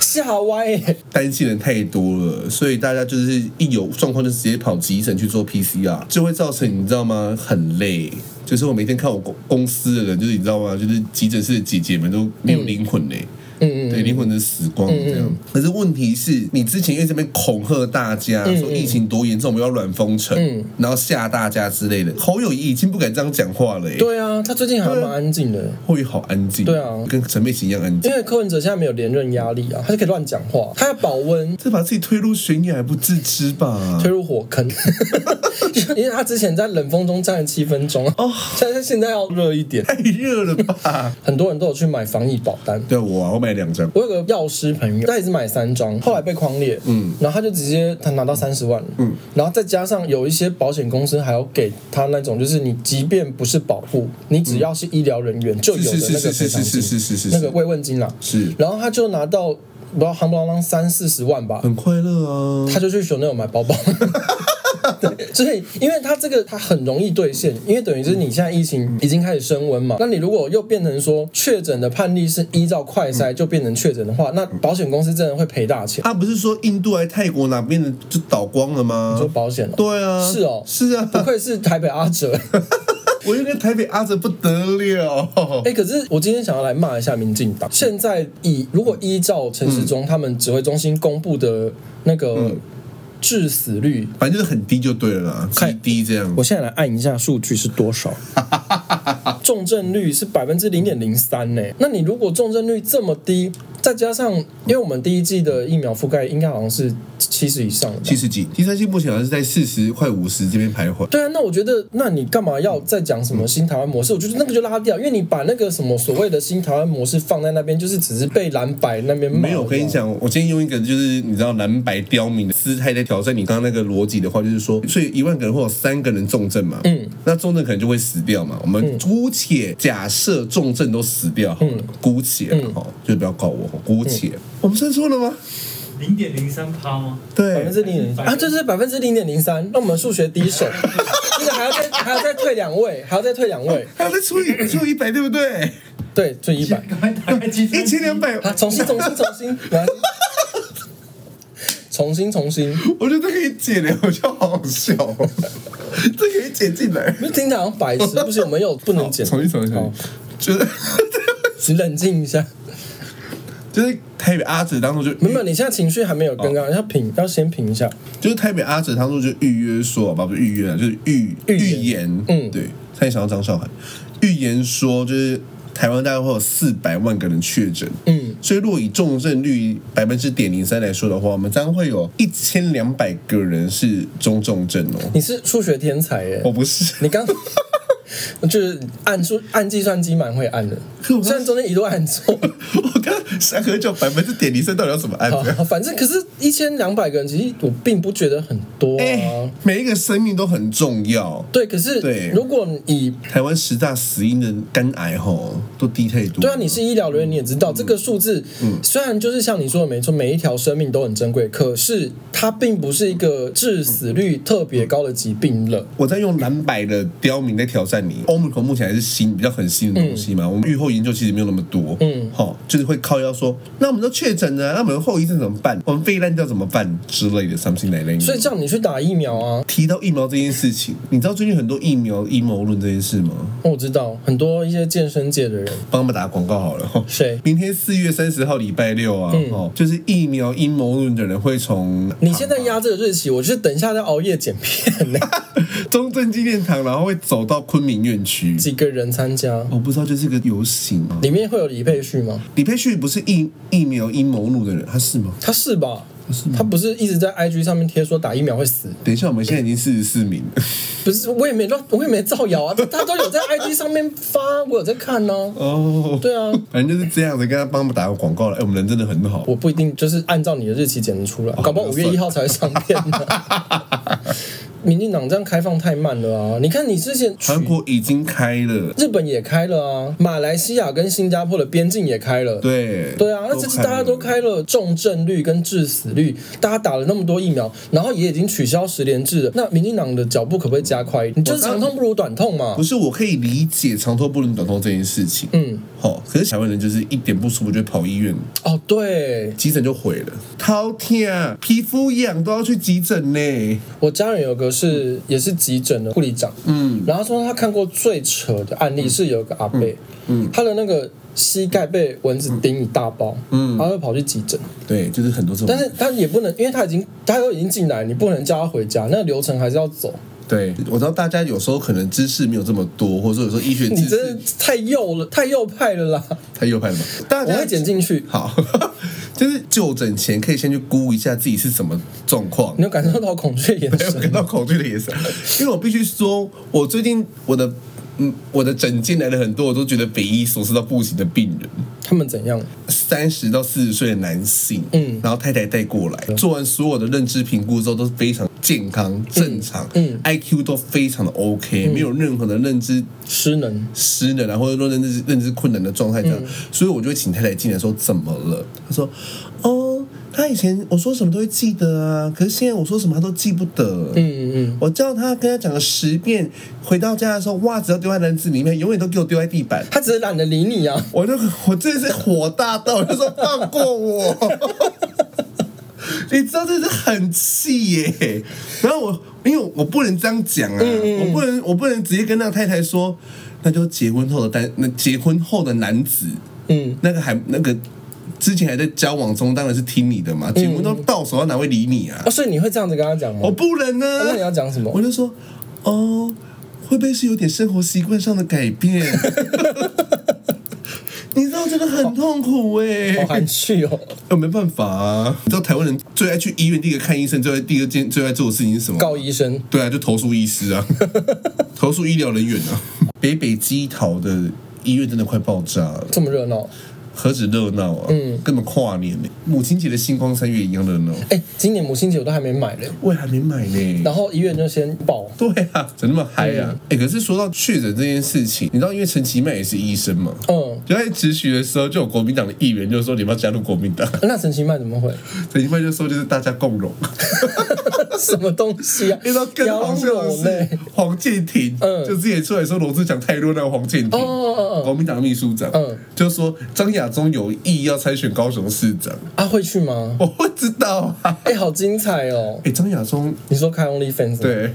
S1: 吓歪、欸。
S2: 担心人太多了，所以大家就是一有状况就直接跑急诊去做 PCR，就会造成你知道吗？很累。就是我每天看我公公司的人，就是你知道吗？就是急诊室的姐姐们都没有灵魂嘞、
S1: 嗯嗯嗯
S2: 对，灵魂的死光这样。可是问题是你之前因为这边恐吓大家、说疫情多严重，我们要软封城，
S1: 嗯
S2: 然后吓大家之类的。侯友谊已经不敢这样讲话了、欸，，
S1: 对啊，他最近还蛮安静的。
S2: 侯友谊好安静，
S1: 对啊
S2: 跟陈佩琪一样安静，
S1: 因为柯文哲现在没有连任压力啊，他就可以乱讲话，他要保温。
S2: 这把自己推入悬崖还不自知吧
S1: 推？入火坑， 因为他之前在冷风中站了七分钟，
S2: 哦
S1: 哦，但是现在要热一点。
S2: 太热了吧？
S1: 很多人都有去买防疫保单，
S2: 对我、啊，我买两张。
S1: 我有个药师朋友，他也是买三张，后来被框列，嗯，然后他就直接他拿到三十万，嗯，然后再加上有一些保险公司还要给他那种，就是你即便不是保护，你只要是医疗人员就有的那个
S2: 嗯是是
S1: 赔偿
S2: 是是是
S1: 金，
S2: 是是
S1: 那个慰问金啦，
S2: 是
S1: 然后他就拿到不知道夯不啷啷三四十万吧，
S2: 很快乐啊。
S1: 他就去熊 l 买包 包。对，所以因为他这个他很容易兑现，因为等于是你现在疫情已经开始升温嘛，那你如果又变成说确诊的判例是依照快筛就变成确诊的话，那保险公司真的会赔大钱，
S2: 他啊不是说印度还泰国哪边的就倒光了吗？
S1: 做保险了。
S2: 对啊，
S1: 是哦
S2: 是啊，
S1: 不愧是台北阿哲，
S2: 我就跟台北阿哲不得了。
S1: 哎、可是我今天想要来骂一下民进党。现在以如果依照陈时中他们指挥中心公布的那个致死率，
S2: 反正就是很低就对了啦，极
S1: 看
S2: 低这样
S1: 我。现在来按一下数据是多 少。重症率是百分之零点零三呢。那你如果重症率这么低，再加上因为我们第一季的疫苗覆盖应该好像是七十以上的吧，
S2: 七十几，第三季目前好像是在四十快五十这边徘徊。
S1: 对啊，那我觉得，那你干嘛要再讲什么新台湾模式？我觉得那个就拉掉，因为你把那个什么所谓的新台湾模式放在那边，就是只是被蓝白那边骂
S2: 没有，我跟你，讲，我今天用一个就是你知道蓝白刁民的姿态在挑战你刚刚那个逻辑的话，就是说，所以一万个人会有三个人重症嘛，嗯，那重症可能就会死掉嘛。我们姑且假设重症都死掉好了，姑且啦
S1: 嗯
S2: 哦，就不要告我，姑且。我们算错了吗？
S4: 零点零三趴吗？
S1: 百
S2: 对
S1: 分，之零点啊，这是百分之零点零三，那我们数学第一 手，这个还要再还要再退两位，还要再退两位，
S2: 还要再除以除以一百，对不对？
S1: 对，退一百，
S4: 赶快打开计算
S2: 一
S4: 机
S2: 千两，百，
S1: 好，啊重新重新重新，没关系重新重新，
S2: 我觉得可以剪了，我觉得好好笑哦，这可以剪进来。
S1: 不是听起来好像白痴，不行，我们有不能剪，
S2: 重新重新
S1: 好
S2: 重新，就是。
S1: 你冷静一下，
S2: 就是台北阿哲当初就
S1: 没有，你现在情绪还没有刚刚，要平，要先平一下。
S2: 就是台北阿哲当初就预约说，好吧，不是预约啊，就是预
S1: 预言
S2: 言，
S1: 嗯
S2: 对，差点想到张韶涵，预言说就是台湾大概会有四百万个人确诊，
S1: 嗯，
S2: 所以若以重症率百分之点零三来说的话，我们将会有一千两百个人是中重症哦，
S1: 你是数学天才耶！
S2: 我不是，
S1: 你刚 就是按数按计算机蛮会按的，
S2: 可 我
S1: 虽然中间一度按错。
S2: 我刚想喝酒百分之点零三到底要怎么按
S1: 好
S2: 呢？，
S1: 反正可是一千两百个人，其实我并不觉得很多啊。
S2: 哎、 每一个生命都很重要。
S1: 对，可
S2: 对
S1: 是如果以
S2: 台湾十大死因的肝癌吼都低太多了。
S1: 对啊，你是医疗人员，你也知道、这个数字、虽然就是像你说的没错，每一条生命都很珍贵，可是它并不是一个致死率特别高的疾病了。
S2: 我在用蓝白的刁民在挑战你。Omicron 目前还是新比较很新的东西嘛，我们预后研究其实没有那么多。
S1: 嗯
S2: 好、就是会靠要说，那我们都确诊啊了，那我们后遗症怎么办？我们肺烂掉怎么办之类的，something like that。
S1: 所以叫你去打疫苗啊，
S2: 提到疫苗这件事情，你知道最近很多疫苗阴谋论这件事吗？
S1: 我知道很多一些健身界的人，
S2: 帮他们打广告好了。吼
S1: 谁
S2: 明天四月三十号礼拜六啊，
S1: 嗯
S2: 哦，就是疫苗阴谋论的人会从
S1: 你现在压这个日期，我就是等一下要熬夜剪片呢、
S2: 中正纪念堂，然后会走到昆明院区。
S1: 几个人参加，
S2: 我不知道，就是个游行啊。
S1: 里面会有李佩旭吗？
S2: 李佩旭不是疫疫苗阴谋论的人，他是吗？
S1: 他是吧？他不是一直在 IG 上面贴说打疫苗会死，
S2: 等一下，我们现在已经四十四名了。
S1: 不是我也没乱，我也没造谣啊，他都有在 IG 上面发，我有在看呢、
S2: 哦，
S1: 对啊，
S2: 反正就是这样子，跟他帮我们打个广告了。哎、我们人真的很好。
S1: 我不一定就是按照你的日期剪得出
S2: 哦
S1: 来，搞不好五月一号才会上片 呢、民进党这样开放太慢了啊！你看你之前取
S2: 韩国已经开了，
S1: 日本也开了啊，马来西亚跟新加坡的边境也开了，
S2: 对
S1: 对啊，那这
S2: 开
S1: 次
S2: 了
S1: 大家都开了重症率跟致死率，大家打了那么多疫苗，然后也已经取消十连制了，那民进党的脚步可不可以加快一点？你就是长痛不如短痛嘛
S2: 不。是，我可以理解长痛不如短痛这件事情。
S1: 嗯，
S2: 好、可是台湾人就是一点不舒服就跑医院，
S1: 哦对，
S2: 急诊就毁了。滔天啊，皮肤痒都要去急诊呢。
S1: 我家人有个是也是急诊的护理长，
S2: 嗯，
S1: 然后他说他看过最扯的案例是有个阿伯，
S2: 嗯
S1: 他的那个膝盖被蚊子叮一大包，
S2: 嗯
S1: 他就跑去急诊，
S2: 对，就是很多这种。
S1: 但是他也不能，因为他已经他都已经进来，你不能叫他回家，那个流程还是要走。
S2: 对，我知道大家有时候可能知识没有这么多，或者说有时候医学
S1: 你
S2: 知
S1: 真
S2: 识
S1: 的太右了，太右派了啦！
S2: 太右派了嘛。大
S1: 我
S2: 家
S1: 会剪进去。
S2: 好， 就是就诊前可以先去估一下自己是什么状况哎
S1: 你。有感受到恐惧的眼
S2: 我感
S1: 神？
S2: 到恐惧的眼神，因为我必须说，我最近我的嗯我的诊间来了很多，我都觉得匪夷所思到不行的病人，
S1: 他们怎样？
S2: 三十到四十岁的男性，
S1: 嗯
S2: 然后太太带过来，做完所有的认知评估之后都是非常健康正常，
S1: 嗯
S2: i q 都非常的 OK，、没有任何的认知
S1: 失能？
S2: 失能啊，或者说认知认知困难的状态这样，所以我就会请太太进来说怎么了？她说哦，她以前我说什么都会记得啊，可是现在我说什么她都记不得。
S1: 嗯嗯，
S2: 我叫她跟她讲了十遍，回到家的时候袜子要丢在篮子里面，永远都给我丢在地板。
S1: 他只是懒得理你啊。
S2: 我就我真的是火大到，我就说放过我。 你知道这是很气耶、然后我因为我不能这样讲啊，
S1: 嗯
S2: 我不能我不能直接跟那个太太说，那就结婚后的单那结婚后的男子，
S1: 嗯，
S2: 那个还那个之前还在交往中，当然是听你的嘛。节目都到手，哪会理你啊
S1: 哦，？所以你会这样子跟他讲吗？
S2: 我不能啊呢
S1: 嗯哦那你要讲什么
S2: 我就说，哦，会不会是有点生活习惯上的改 变？你知道真的很痛苦哎、
S1: 好含蓄哦，
S2: 呃，没办法啊，你知道台湾人最爱去医院，第一个看医生，最爱第二件最爱做的事情是什么？
S1: 告医生。
S2: 对啊，就投诉医师 啊，投诉医疗人员啊。北北基桃的医院真的快爆炸了，
S1: 这么热闹，
S2: 何止热闹啊，嗯，根本跨年呢、母亲节的星光三月一样热闹，
S1: 哎、今年母亲节我都还没买嘞，
S2: 我也还没买呢、
S1: 然后医院就先爆，
S2: 对啊，怎么那么嗨啊
S1: 嗯？
S2: 哎、可是说到确诊这件事情，你知道，因为陈其迈也是医生嘛，
S1: 嗯，
S2: 就在执行的时候，就有国民党的议员就说你们要加入国 民党，
S1: 那陈其迈怎么 会？
S2: 陈其迈就说就是大家共 荣。
S1: 什么东西啊？
S2: 遇到更荒谬的
S1: 嘞
S2: 是！黄建庭，
S1: 嗯
S2: 就之前出来说罗志祥太弱那个黄建庭，
S1: 哦哦哦哦
S2: 国民党秘书长，
S1: 嗯
S2: 就说张亚中有意要参选高雄市长，
S1: 啊，会去吗？
S2: 我不知道啊。
S1: 哎、好精彩哦！
S2: 哎，张亚中，
S1: 你说开 Only Fans 吗，
S2: 对，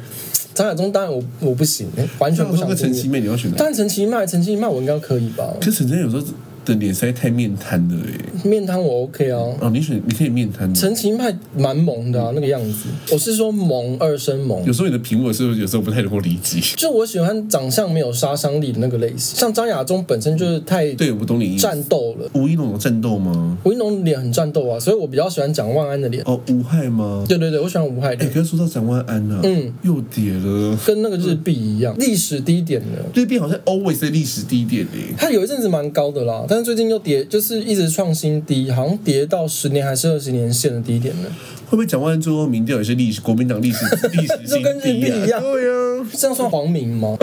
S1: 张亚中当然我我不行，完全
S2: 张亚
S1: 不
S2: 中
S1: 想
S2: 跟陈其
S1: 进入。
S2: 美，你要选哪？
S1: 但陈其迈，陈其迈我应该可以吧？
S2: 可是陈真有时候的脸实在太面瘫了哎。
S1: 面瘫我 OK 啊。
S2: 哦，你选你可以面瘫的，
S1: 陈其迈蛮萌的啊，那个样子。我是说萌二声萌
S2: 嗯有，时候你的评委是不是有时候不太能够理解？
S1: 就我喜欢长相没有杀伤力的那个类型。像张亚中本身就是太
S2: 对，我懂你意思。
S1: 战斗了，
S2: 吴一龙有战斗吗？
S1: 吴一农脸很战斗啊，所以我比较喜欢蒋万安的脸。
S2: 哦，无害吗？
S1: 对对对，我喜欢吴海
S2: 哎，
S1: 脸，
S2: 可是说到蒋万安啊，
S1: 嗯，
S2: 又跌了。
S1: 跟那个日币一样，历史低点的。
S2: 这边好像 always 在历史低点呢、
S1: 它有一阵子蛮高的啦，但是最近又跌，就是一直创新低，好像跌到十年还是二十年线的低点了。
S2: 会不会蒋万安最后民调也是历史国民党历史历史
S1: 就
S2: 新
S1: 跟日币
S2: 低啊？
S1: 一样
S2: 对呀、
S1: 这样算黄明 吗？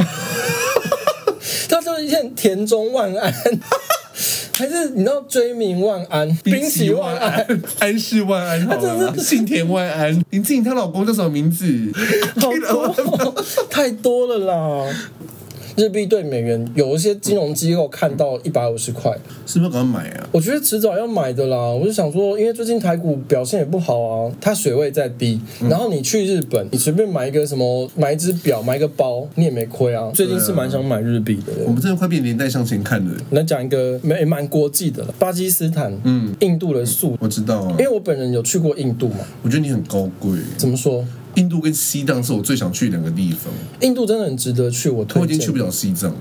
S1: 他就是一片田中万安，还是你知道追名万安、 兵棋万安，，
S2: 安室万安
S1: 他
S2: 好了
S1: 真
S2: 啦，
S1: 的
S2: 信田万安，林志颖她老公叫什么名字？
S1: 好多、哦太多了啦。日币对美元，有一些金融机构看到一百五十块，
S2: 是不是要赶快买啊？
S1: 我觉得迟早要买的啦。我就想说，因为最近台股表现也不好啊，它水位在低。
S2: 嗯
S1: 然后你去日本，你随便买一个什么，买一只表，买一个包，你也没亏啊。最近是蛮想买日币的。
S2: 我们真的快变年代向前看了。
S1: 来讲一个蛮蛮国际的了，巴基斯坦，嗯，印度的素，
S2: 我知道啊
S1: 因，为我本人有去过印度嘛。
S2: 我觉得你很高贵。
S1: 怎么说？
S2: 印度跟西藏是我最想去的两个地方，
S1: 印度真的很值得去，我推荐。
S2: 我已经去不，了西藏了，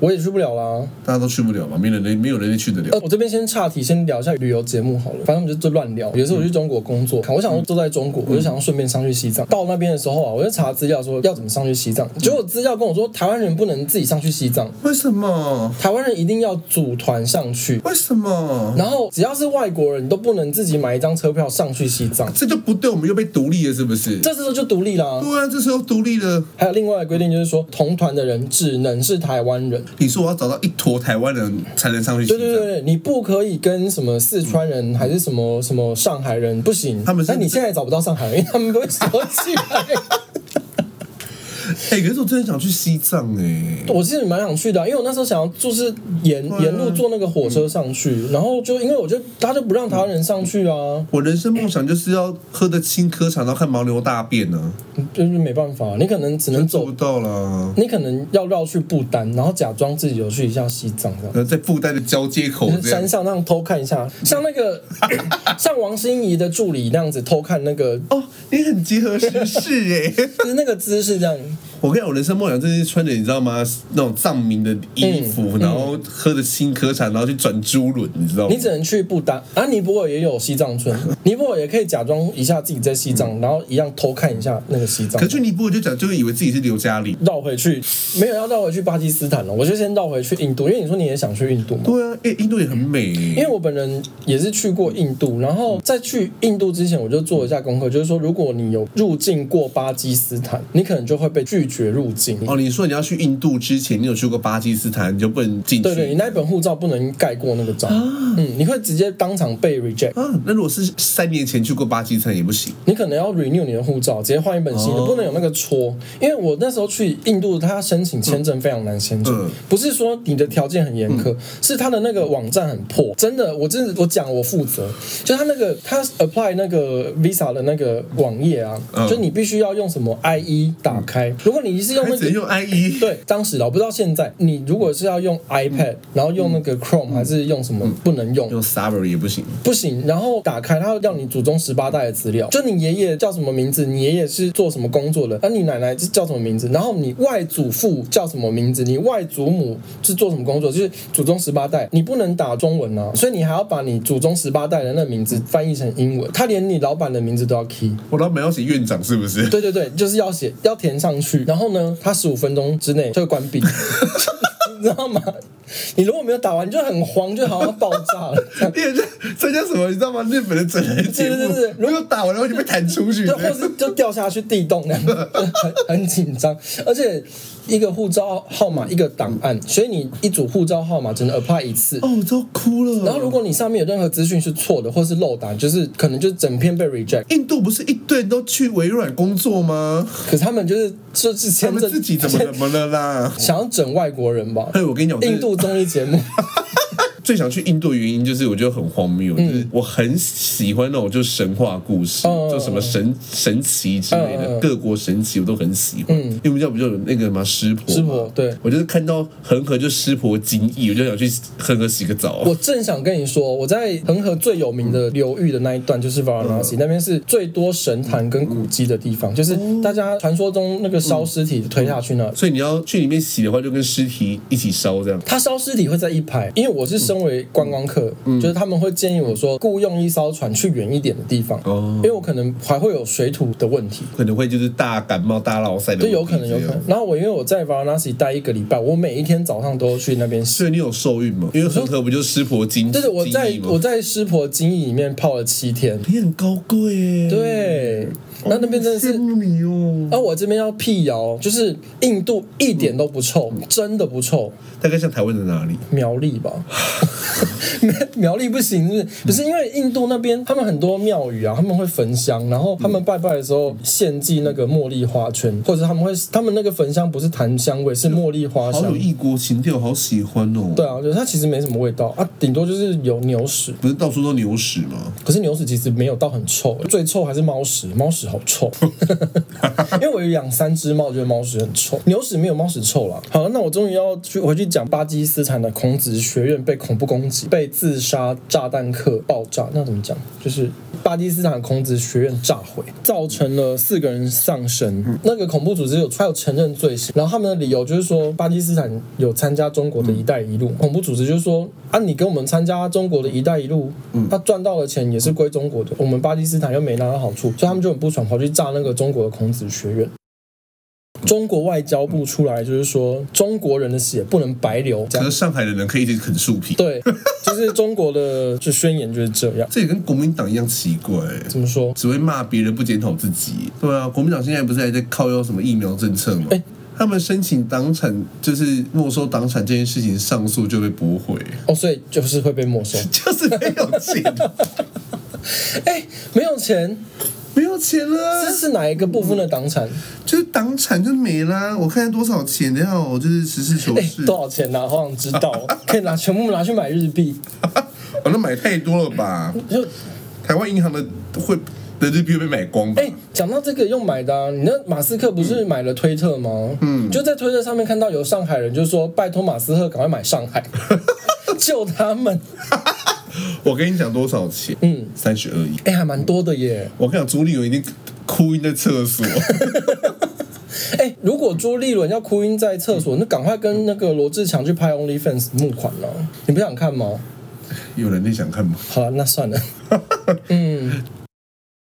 S1: 我也去不了啦。
S2: 大家都去不了吧？没人类，没有人类去得
S1: 呃
S2: 了。，
S1: 我这边先岔题，先聊一下旅游节目好了。反正我们就就乱聊。有时候我去中国工作，我想说都在中国，我就想要顺便上去西藏。到那边的时候啊，我就查资料说要怎么上去西藏，结果资料跟我说台湾人不能自己上去西藏，
S2: 为什么？
S1: 台湾人一定要组团上去。
S2: 为什么？
S1: 然后只要是外国人，你都不能自己买一张车票上去西藏。
S2: 这就不对，我们又被独立了，是不是？
S1: 这时候就独立啦。
S2: 对啊，这时候独立了。
S1: 还有另外的规定就是说，同团的人只能是台湾人。
S2: 你说我要找到一坨台湾人才能上去西
S1: 对
S2: 藏？
S1: 对对对，你不可以跟什么四川人还是什么什么上海人不行。
S2: 他们是
S1: 但你现在也找不到上海人，因为他们不会说起 来。
S2: 哎、可是我真的想去西藏哎、
S1: 我其实蛮想去的啊、因为我那时候想要就是沿
S2: 啊嗯
S1: 沿路坐那个火车上去，然后就因为我就他就不让台湾人上去啊，
S2: 我人生梦想就是要喝的清科茶，然后看牦牛大便呢、
S1: 就是没办法，你可能只能
S2: 啊，做
S1: 走
S2: 不，到啦。
S1: 你可能要绕去不丹，然后假装自己有去一下西藏这样。
S2: 然后在布袋的交接口哦这样
S1: 山，上那样偷看一下，像那个 像王心怡的助理那样子偷看那个，
S2: 哦，你很结合时事哎、
S1: 就是那个姿势这样。
S2: 我跟你讲，我人生梦想就是穿着你知道吗？那种藏民的衣
S1: 嗯
S2: 服，然后喝着青稞茶，然后去转猪轮，你知道吗
S1: 你？只能去不丹，啊，尼泊尔也有西藏村，尼泊尔也可以假装一下自己在西藏，然后一样偷看一下那个西藏
S2: 可。去尼泊尔就讲，就以为自己是刘嘉玲。
S1: 绕回去，没有要绕回去巴基斯坦了，我就先绕回去印度，因为你说你也想去印度嘛。
S2: 对啊，哎、印度也很美、
S1: 因
S2: 欸
S1: 为。我本人也是去过印度，然后在去印度之前，我就做了一下功课，就是说，如果你有入境过巴基斯坦，你可能就会被拒绝入境。
S2: 哦，你说你要去印度之前，你有去过巴基斯坦，你就不能进去。
S1: 对对，你那一本护照不能盖过那个章，嗯，你会直接当场被 reject，
S2: 啊，那如果是三年前去过巴基斯坦也不行，
S1: 你可能要 renew 你的护照，直接换一本新的，
S2: 哦
S1: 不能有那个戳。因为我那时候去印度，他申请签证非常难申
S2: 嗯
S1: 请，不是说你的条件很严苛，是他的那个网站很破，真的，我真的我讲我负责，就他那个他 apply 那个 visa 的那个网页啊
S2: 嗯，
S1: 就你必须要用什么 IE E 打开，如果你是用
S2: 还
S1: 那
S2: 只能
S1: 个。
S2: 用 E，IE。
S1: 对，当时啦，我不知道现在。你如果是要用
S2: 嗯
S1: iPad，、然后用那个 Chrome，、还是用什么、不能用？
S2: 用 Savory 也不行，
S1: 不行，然后打开，它会让你祖宗十八代的资料，就你爷爷叫什么名字，你爷爷是做什么工作的，啊而、你奶奶是叫什么名字，然后你外祖父叫什么名字，你外祖母是做什么工作，就是祖宗十八代，你不能打中文啊，所以你还要把你祖宗十八代的那名字翻译成英文，他连你老板的名字都要 key。
S2: 我老板要写院长是不是？
S1: 对对对，就是要写要填上去，然后呢，它十五分钟之内就会关闭，你知道吗？你如果没有打完，你就很慌，就好像要爆炸了。
S2: 你也是这叫什么？你知道吗？日本的整人节目，
S1: 对对对对
S2: 如果打完了，我就被弹出去。
S1: 就或是就掉下去地洞那样，很很紧张。而且一个护照号码一个档案，所以你一组护照号码只能 apply 一次。
S2: 哦，我都哭了。
S1: 然后如果你上面有任何资讯是错的，或是漏打，就是可能就整篇被 reject。
S2: 印度不是一堆人都去微软工作吗？
S1: 可是他们就是就是
S2: 他
S1: 签
S2: 们
S1: 证
S2: 自己怎么怎么了啦？
S1: 想要整外国人吧？
S2: 哎，我跟你讲，我真的
S1: 印度综艺 节目
S2: 最想去印度的原因就是我觉得很荒谬，就是我很喜欢那种就是神话故事，
S1: 嗯
S2: 就什么神神奇之
S1: 嗯
S2: 类
S1: 嗯
S2: 的，
S1: 嗯
S2: 各国神奇我都很喜欢。
S1: 嗯
S2: 因为我们叫不就有那个嘛湿婆嘛？
S1: 师婆，对
S2: 我就是看到恒河就湿婆精意，我就想去恒河洗个澡。
S1: 我正想跟你说，我在恒河最有名的流域的那一段就是 Varanasi，、那边是最多神坛跟古迹的地方，就是
S2: 哦
S1: 大家传说中那个烧尸体推下去那
S2: 所以你要去里面洗的话，就跟尸体一起烧这样。
S1: 他烧尸体会在一排，因为我是身为观光客，
S2: 嗯
S1: 就是他们会建议我说雇用一艘船去远一点的地方，
S2: 哦
S1: 因为我可能还会有水土的问题。
S2: 可能会就是大感冒、大落腮的，
S1: 就有可能，有可能。。然后我因为我在 Varanasi 待一个礼拜，我每一天早上都去那边洗。
S2: 所以你有受孕吗？因为恒河不就是湿婆精？
S1: 就是我在
S2: 精液吗
S1: 我在湿婆精义里面泡了七天，
S2: 你很高贵耶。，
S1: 对，那那边真的是
S2: 嗯羡慕你哦。
S1: 而我这边要辟谣，就是印度一点都不臭，
S2: 嗯
S1: 真的不臭，
S2: 大概像台湾的哪里？
S1: 苗栗吧。 苗栗不行，是不是不是因为印度那边他们很多庙宇啊，他们会焚香，然
S2: 嗯
S1: 后他们拜拜的时候献祭那个茉莉花圈，或者他们会他们那个焚香不是檀香味，是茉莉花
S2: 好
S1: 香
S2: 有。异国情调，好喜欢哦。
S1: 对，啊，就是它其实没什么味道啊，顶多就是有牛屎，
S2: 不是到处都牛屎吗？
S1: 可是牛屎其实没有到很臭，最臭还是猫屎，猫屎好臭。 因为我有养三只猫，我觉得猫屎很臭，牛屎没有猫屎臭啦。好了，那我终于要去回去讲巴基斯坦的孔子学院被恐怖攻击，被自杀炸弹客爆炸，那怎么讲？就是巴基斯坦孔子学院炸毁，造成了四个人丧
S2: 嗯
S1: 生。那个恐怖组织有还有承认罪行，然后他们的理由就是说巴基斯坦有参加中国的一带一
S2: 嗯
S1: 路，恐怖组织就是说啊，你跟我们参加中国的一带一路，
S2: 嗯
S1: 他赚到的钱也是归中国的，我们巴基斯坦又没拿到好处，所以他们就很不爽，跑去炸那个中国的孔子学院。中国外交部出来就是说，中国人的血不能白流，这
S2: 可
S1: 样
S2: 是上海的人可以一直啃树皮，
S1: 对，就是中国的就宣言就是这样。
S2: 这也跟国民党一样奇怪耶。
S1: 怎么说？
S2: 只会骂别人不检讨自己。对啊，国民党现在不是还在靠要什么疫苗政策吗？
S1: 哎
S2: 他们申请党产就是没收党产这件事情上诉就被驳回，
S1: 哦，所以就是会被没收。
S2: 就是没有钱，
S1: 哎、没有钱，
S2: 没有钱了
S1: 这
S2: 啊，
S1: 是哪一个部分的党产？
S2: 就是党产就没啦。我看多少钱，然后我就是实事求
S1: 哎、
S2: 是。
S1: 多少钱呐、好想知道哦，可以拿全部拿去买日币。
S2: 我那买太多了吧？
S1: 就
S2: 台湾银行的会的日币会被买光吧
S1: 哎？，讲、到这个用买的、啊，你那马斯克不是买了推特吗？嗯，就在推特上面看到有上海人就说：“拜托马斯克赶快买上海，救他们。
S2: 我跟你讲多少钱？
S1: 嗯，
S2: 三十二亿。
S1: 哎、还蛮多的耶。
S2: 我跟你讲，朱立伦一定哭晕在厕所。
S1: 哎、如果朱立伦要哭晕在厕所，那赶快跟那个罗志强去拍 OnlyFans 募款了、你不想看吗？
S2: 有人在想看吗？
S1: 好了，那算了。